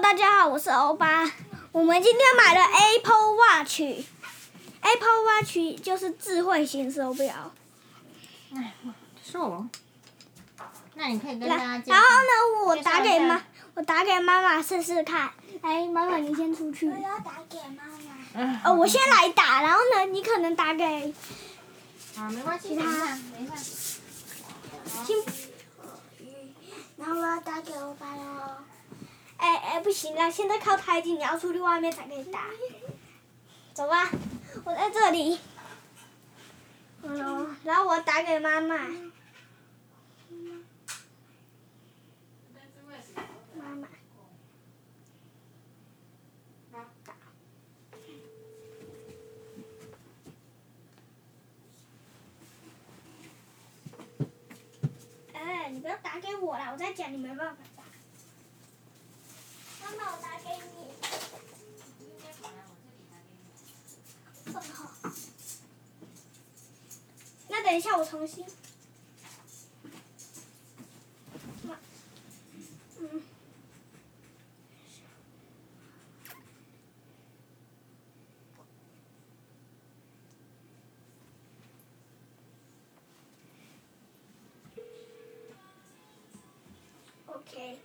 大家好，我是欧巴。我们今天买了 Apple Watch，Apple Watch 就是智慧型手表。哎，是我。那你可以跟大来，家介然绍后。呢，我打给介绍一妈下，我打给妈妈试试看。来，妈妈你先出哎去。要打给妈妈。嗯呃，我先来打，然后呢，你可能打给好，没关系，等一下，等一下。亲，嗯然后我要打给欧巴喽。哎哎，不行了，现在靠太近，你要出去外面才可以打。走吧，我在这里。嗯，然后我打给妈妈。妈妈。哎，你不要打给我啦，我在讲，你没办法打。妈妈，我打给你。那等一下我重新。嗯。OK。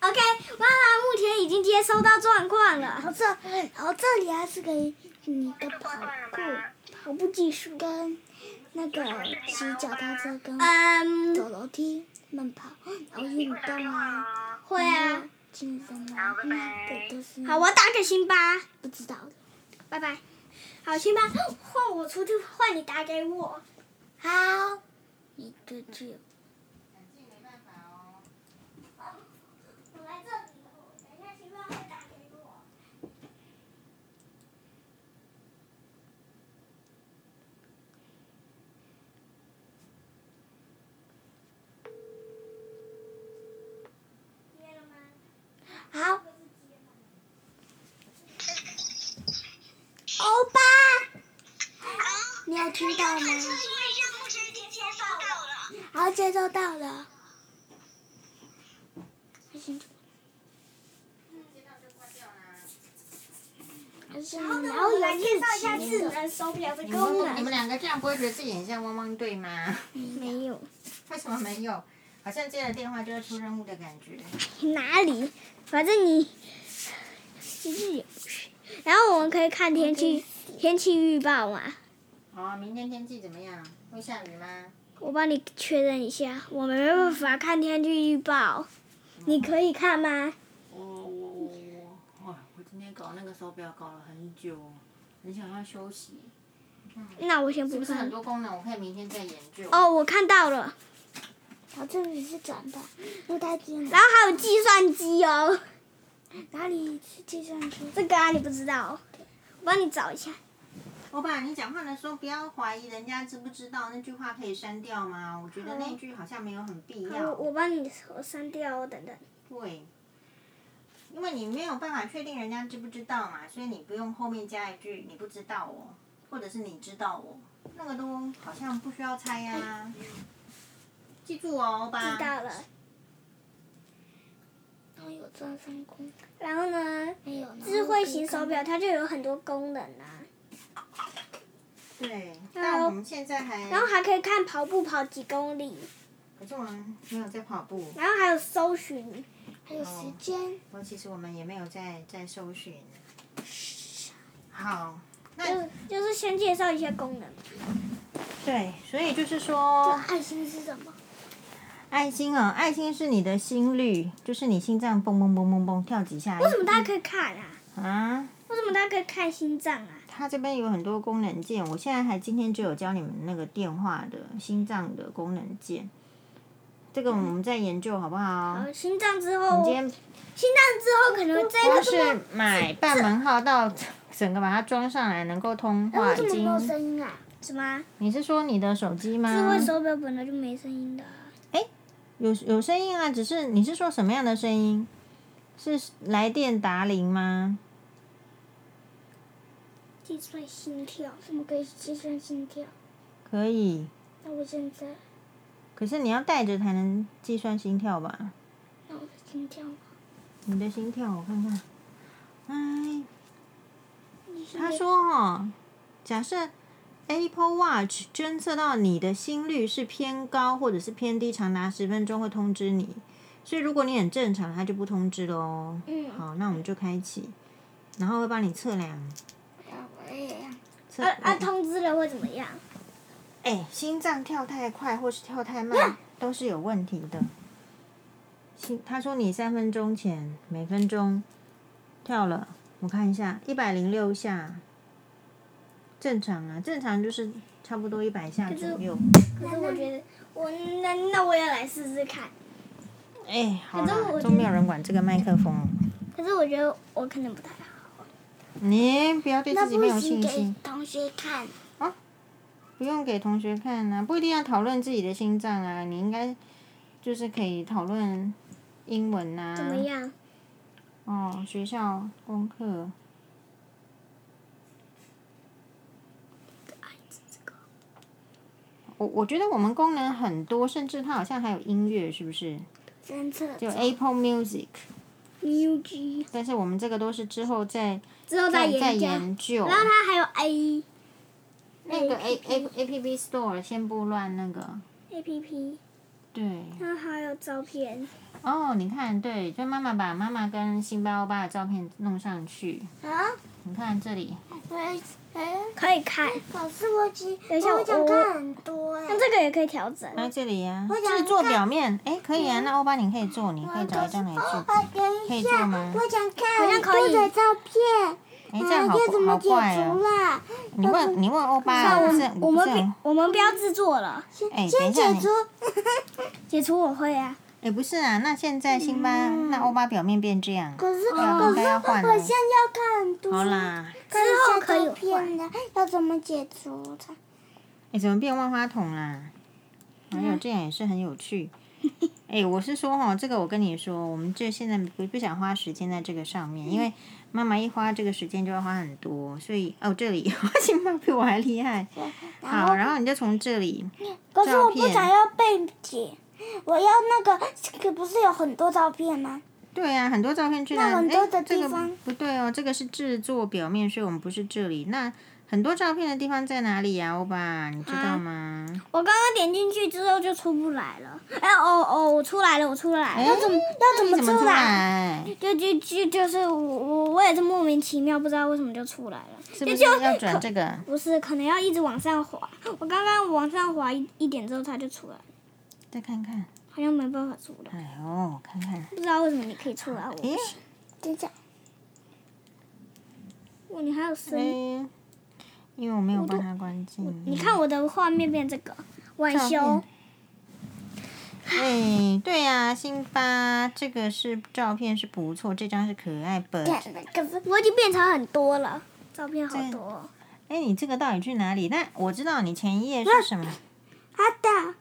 OK，妈妈目前已经接收到状况了。这，然后这里还是给你个跑步、跑步技术。跟那个骑脚踏车、跟嗯，走楼梯、慢跑，然后运动啊，会啊。健身啊，这都是好，我打给辛巴，不知道的。拜拜。好，辛巴，换我出去，换你打给我。好，你出去。我来这里，等一下辛巴会打给我。接了吗？好，欧巴，你有听到吗？好，接收到了。还行还是然后呢，然我后们来有介日绍一下期智的，能手表的你们功不你们能。两个这样不会觉得自己很像汪汪队吗？ 没有为什么没有？好像接了电话就要出任务的感觉。哪里，反正你就是有。然后我们可以看天气天气预报嘛。哦，明天天气怎么样？会下雨吗？我帮你确认一下，我没办法看天气预报，你可以看吗？我我我我，我我今天搞那个手表搞了很久，很想要休息。那我先是不不是很看。多功能？我可以明天再研究。哦，我看到了，然后这里是转的，又带进然后还有计算机哦，哪里是计算机？这个啊你不知道，我帮你找一下。我把你讲话的时候不要怀疑人家知不知道那句话可以删掉吗？我觉得那句好像没有很必好，要。我帮你我删掉哦，等等。对，因为你没有办法确定人家知不知道嘛，所以你不用后面加一句你不知道哦，或者是你知道哦，那个都好像不需要猜呀、记住哦，欧巴。知道了。然后有转三公，然后呢，没有呢智慧型手表它就有很多功能啊，对，然但后我们现在还，然后还可以看跑步跑几公里，可是我们没有在跑步。然后还有搜寻。还有时间，我其实我们也没有在在搜寻。好，那就就是先介绍一些功能。对，所以就是说，爱心是什么？爱心啊、爱心是你的心率，就是你心脏蹦蹦蹦蹦蹦跳几下。嗯为什么大家可以看啊？啊？为什么大家可以看心脏啊？它这边有很多功能键，我现在还今天只有教你们那个电话的心脏的功能键，这个我们再研究好不好？然后心脏之我后们，啊今天心脏之后可能这光个是是买半门号到整个把它装上来能够通话，为已哦什么没有经。声音啊？什么？你是说你的手机吗？智慧手表本来就没声音的啊。有有声音啊，只是你是说什么样的声音？是来电达铃吗？计算心跳，怎么可以计算心跳？可以，那我现在，可是你要带着才能计算心跳吧？那我的心跳吗？你的心跳，我看看。哎，你是他说哦，假设 Apple Watch 侦测到你的心率是偏高或者是偏低，长达十分钟会通知你。所以如果你很正常，它就不通知喽。嗯好，那我们就开启，然后会帮你测量。测啊啊，通知了会怎么样？哎，心脏跳太快或是跳太嗯慢都是有问题的。心，他说你三分钟前每分钟跳了，我看一下，一百零六下，正常啊，正常就是差不多一百下可是左右。可是我觉得我那那我也来试试看。哎，好可是我了，觉都没有人管这个麦克风哦，可是我觉得我可能不太好，你不要对那自己没有不行，信给心，同学看。不用给同学看啊，不一定要讨论自己的心脏啊，你应该就是可以讨论英文啊。怎么样？哦，学校功课。我我觉得我们功能很多，甚至它好像还有音乐，是不是？侦测就 Apple Music， u G 但是我们这个都是之后再之后再再研究，研究然。后它还有 A 那个 A A A P P Store 先不乱那个， A P P，对。然后还有照片，哦，你看，对，就妈妈把妈妈跟辛巴欧巴的照片弄上去，啊！你看这里。哎哎，可以看。老师，我只等一下我想我看很多嗯哎那。这个也可以调整。来哎这里呀、我想制作表面，哎，可以啊。那欧巴你可以做，你我可以找一张来做哦。哎等可以一做下，吗我想好看像很可以多的照片，啊哎，这样好要怎么好解怪啊除！啦？你问你问欧巴那啊，我不是们我我不们是很不我们不要制作了，先哎等先一下解你除，解除我会啊。哎不是啊。那现在辛巴那欧巴表面变这样，可是要可应该要换是了我现在要看很多。好啦。看一之后下可以照片的，要怎么解除它？哎，怎么变万花筒啦？还有这样也是很有趣。哎，我是说哈、哦，这个我跟你说，我们这现在不不想花时间在这个上面，因为妈妈一花这个时间就要花很多，所以哦这里 辛巴比我还厉害。好，然后你就从这里，可是我照不片想要背景，我要那个，可不是有很多照片吗？对啊，很多照片居然那很多的哎这个地方不对哦，这个是制作表面，所以我们不是这里。那很多照片的地方在哪里呀、欧巴，你知啊道吗？我刚刚点进去之后就出不来了。哎哦哦，我出来了，我出来哎了。怎么要你怎怎么么出出来？来？就就就就是我我我也是莫名其妙，不知道为什么就出来了。是不是就要转这个？不是，可能要一直往上滑。我刚刚往上滑一一点之后，它就出来了，再看看，好像没办法出来。哎呦，看看，不知道为什么你可以出来，我不哎行。等一下，哇，你还有声音。哎，因为我没有帮他关静。你看我的画面变这个，晚照片修。哎，对呀、辛巴，这个是照片是不错，这张是可爱本。点了，可是我已经变成很多了，照片好对多哦、哎，你这个到底去哪里？那我知道你前一页是什么。阿达，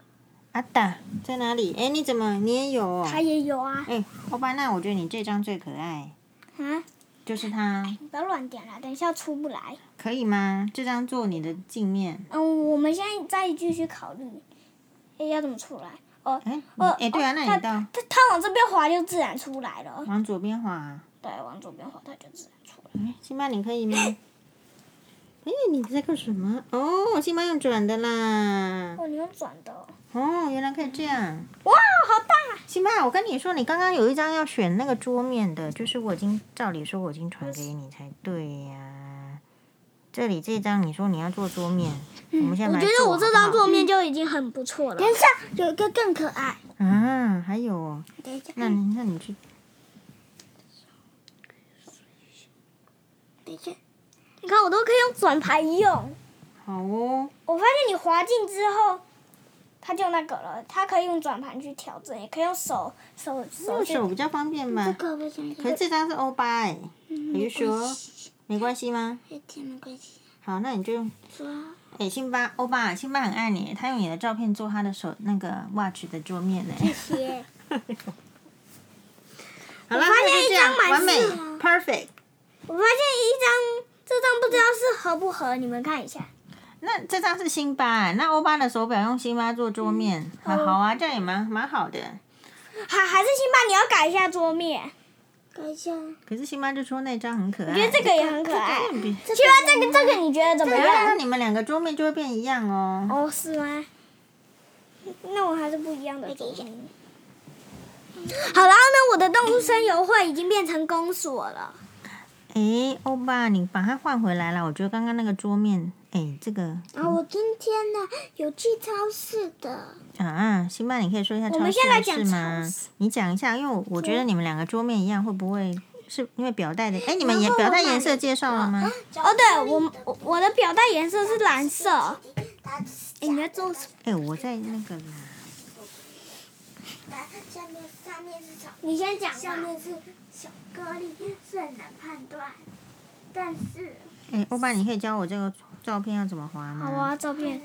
阿达在哪里？哎，你怎么你也有、哦？它也有啊。哎，欧巴，那我觉得你这张最可爱，啊，就是它，你不要乱点啦，等一下出不来。可以吗？这张做你的镜面。嗯，我们现在再继续考虑，哎，要怎么出来？哦，哎，哦，哎，对啊，哦那它你到它它往这边滑就自然出来了，往左边滑。对，往左边滑它就自然出来。哎，辛巴，你可 以吗？哎，你在干什么？哦，辛巴用转的啦。哦，你用转的哦，哦，原来可以这样。哇，好大！辛巴，啊我跟你说，你刚刚有一张要选那个桌面的，就是我已经照理说我已经传给你才对呀、这里这张你说你要做桌面，嗯我们现我在来觉得我这张好嗯桌面就已经很不错了等。一下有一个更可爱，不好啊，还有哦，等一下，嗯那你那你去等一下，你看，我都可以用转盘用。好哦。我发现你滑进之后，它就那个了，它可以用转盘去调整，也可以用手手手用去。手比较方便这嘛。个我想要，可是这张是欧巴哎、你没是说关系没关系吗？有点没关系，好，那你就用说哎，辛巴，欧巴，辛巴很爱你，他用你的照片做他的手那个 watch 的桌面呢。贴。 好了，我发现那就这样一张完满美是，perfect。我发现一张这张不知道是合不合，你们看一下。那这张是嗯啊辛巴，那欧巴的手表用辛巴做桌面，好好啊，这样也蛮蛮好的。还还是辛巴，你要改一下桌面，等一下，可是辛巴就说那张很可爱。我觉得哎这个也很可爱。这个比辛巴，这个这个你觉得怎么对啊，那样？你们两个桌面就会变一样哦。哦，是吗？那我还是不一样的桌面。好了，那我的动物声游会已经变成公所了。诶，哎欧巴，你把它换回来了。我觉得刚刚那个桌面，诶，这个啊，我今天呢有去超市的，啊，辛巴，你可以说一下超我市们的先来讲事超吗市？嗯你讲一下，因为我我觉得你们两个桌面一样，会不会是因为表带的？诶，哎你们然也后表带我买颜色介绍了吗？啊哦，对，我我我的表带颜色是蓝色。它哎，你在做什么？诶，我在那个啦。它下面上面是草，你先讲下面是巧克力，是很难判断，但是诶，哎欧巴，你可以教我这个照片要怎么滑吗？好啊，照片。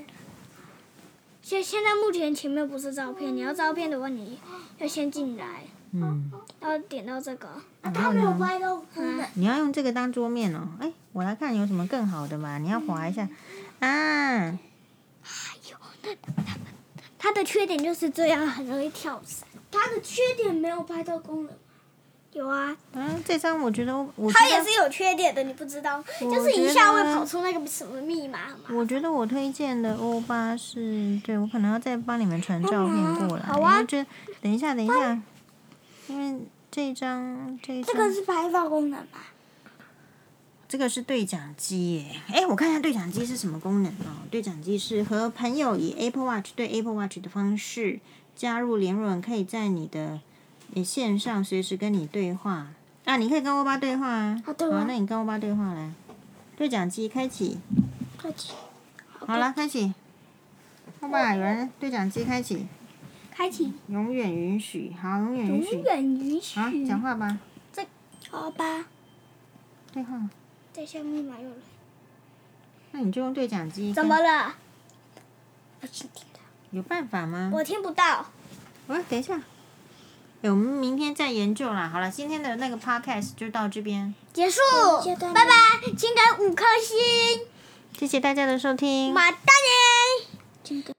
现现在目前前面不是照片，你要照片的话，你要先进来，嗯，要点到这个。啊它没有歪到不能。你要用这个当桌面哦。诶，我来看有什么更好的吧。你要滑一下啊。它的缺点就是这样，很容易跳伞。它的缺点没有拍到功能，有啊，嗯，这张我觉得我我觉它得也是有缺点的，你不知道吗，我就是一下会跑出那个什么密码嘛。我觉得我推荐的欧巴是，对我可能要再帮你们传照嗯片过来。好啊因为这等一下，等一下，因为这一张这一张这个是拍到功能吧？这个是对讲机耶。哎，我看一下对讲机是什么功能哦。对讲机是和朋友以 Apple Watch 对 Apple Watch 的方式加入联络人，可以在你的呃线上随时跟你对话。啊，你可以跟欧巴对话啊。啊对啊好，那你跟欧巴对话来。对讲机开启。快去，好了，开启。好吧，有人对讲机开启，开启永远允许，好，永远允永许。远允许。好，讲话吧，好吧？对话。在下密码又来。那你就用对讲机。怎么？了？不是听的，有办法吗？我听不到。喂，等一下。哎，我们明天再研究啦。好了，今天的那个 podcast 就到这边，结束阶，段拜拜，请给五颗星，谢谢大家的收听。马丹尼。这个。